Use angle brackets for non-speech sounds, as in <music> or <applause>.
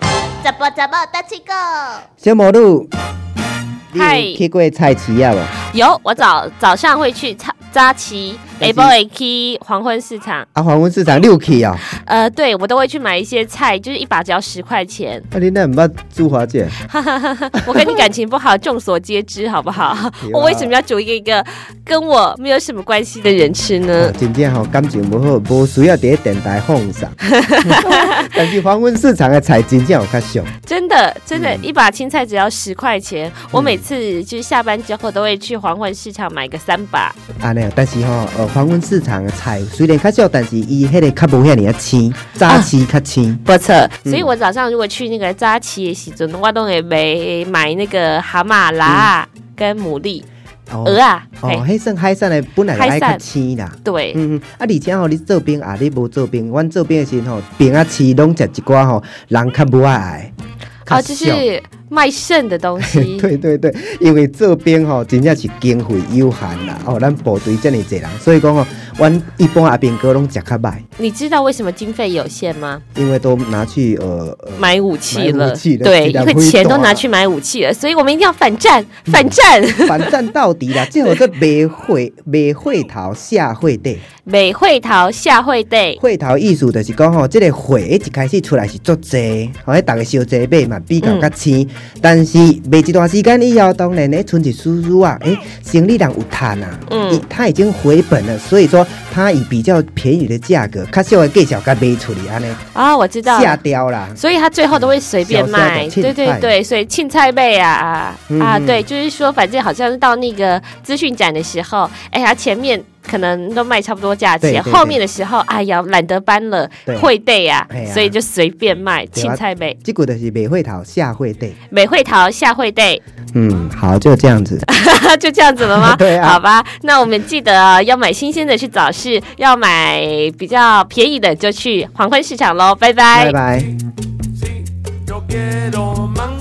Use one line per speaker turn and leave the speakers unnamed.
十八十八搭七个，
小魔女，你
嗨
有去过菜市啊无？
有，我早早上会去扎扎旗，
扎旗
a b l 去黄昏市场。
啊，黄昏市场你有去啊？
呃，对我都会去买一些菜，就是一把只要十块钱。 <laughs>
啊，你那毋捌煮花姐？
我跟你感情不好，众所皆知，好不好？我为什么要煮一个一个跟我没有什么关系的人吃呢
哦？真正吼、感情无好，无需要伫咧电台放
<laughs>
上。但是黄昏市场的菜真正有较俗，
真的，真的，
嗯
一把青菜只要十块钱。我每次就是下班之后都会去黄昏市场买个三把。
安尼哦。但是吼、呃，黄昏市场的菜虽然较俗，但是伊迄个较无遐尔啊青，早市较青。
不错，所以我早上如果去那个扎旗的时阵，我都会买买那个蛤蟆啦跟牡蛎、鹅
嗯哦，
啊，
哦
嘿，
迄算海产的本来就爱
海
较
产
青啦。
对，
嗯，嗯，啊，而且吼、你做兵啊，你无做兵，阮做兵的时候吼，兵啊市拢食一寡吼，人较无爱的。较
哦，就
俗
是卖剩的东西。
<laughs> 对对对，因为做兵吼、真正是经费有限啦，吼、咱部队遮尔济人，所以讲吼、阮一般阿兵哥拢食较歹，
你知道为什么经费有限吗？
因为都拿去呃呃，
买武器
买
了，
武器了
对，
这两
因为
回懂啊
钱都拿去买武器了，所以我们一定要反战，反战，
反战到底啦，最后这卖会卖会头下会底，
美惠桃下惠对，
会头意思就是讲吼、即、个会一开始出来是足济，吼、迄逐个小济买嘛比较较轻，
嗯
但是卖一段时间以后，当然咧剩一丝丝啊，诶、生意人有赚啊，
嗯
嗯，他已经回本了，所以说他以比较便宜的价格，较小的价格甲卖出去安尼。
啊、我知道
下
了。
掉啦。
所以他最后都会随便卖，
小小的
对
青菜
对对，所以青菜妹啊、
嗯
啊，
嗯
对，就是说，反正好像是到那个资讯展的时候，哎呀，前面可能都卖差不多价
对
钱，
对对
后面的时候，哎呀，懒得搬了
对，
会对呀
哎，呀
所以就随便卖
对啊
青菜妹、
这个就是美惠桃下惠对，
美惠桃下惠对。 <laughs>
嗯，好，就这样子。
就这样子了吗？
<laughs> 对啊
好吧，那我们记得啊要买新鲜的去早市，要买比较便宜的就去黄昏市场喽，拜拜
拜拜。
Yo quiero mango.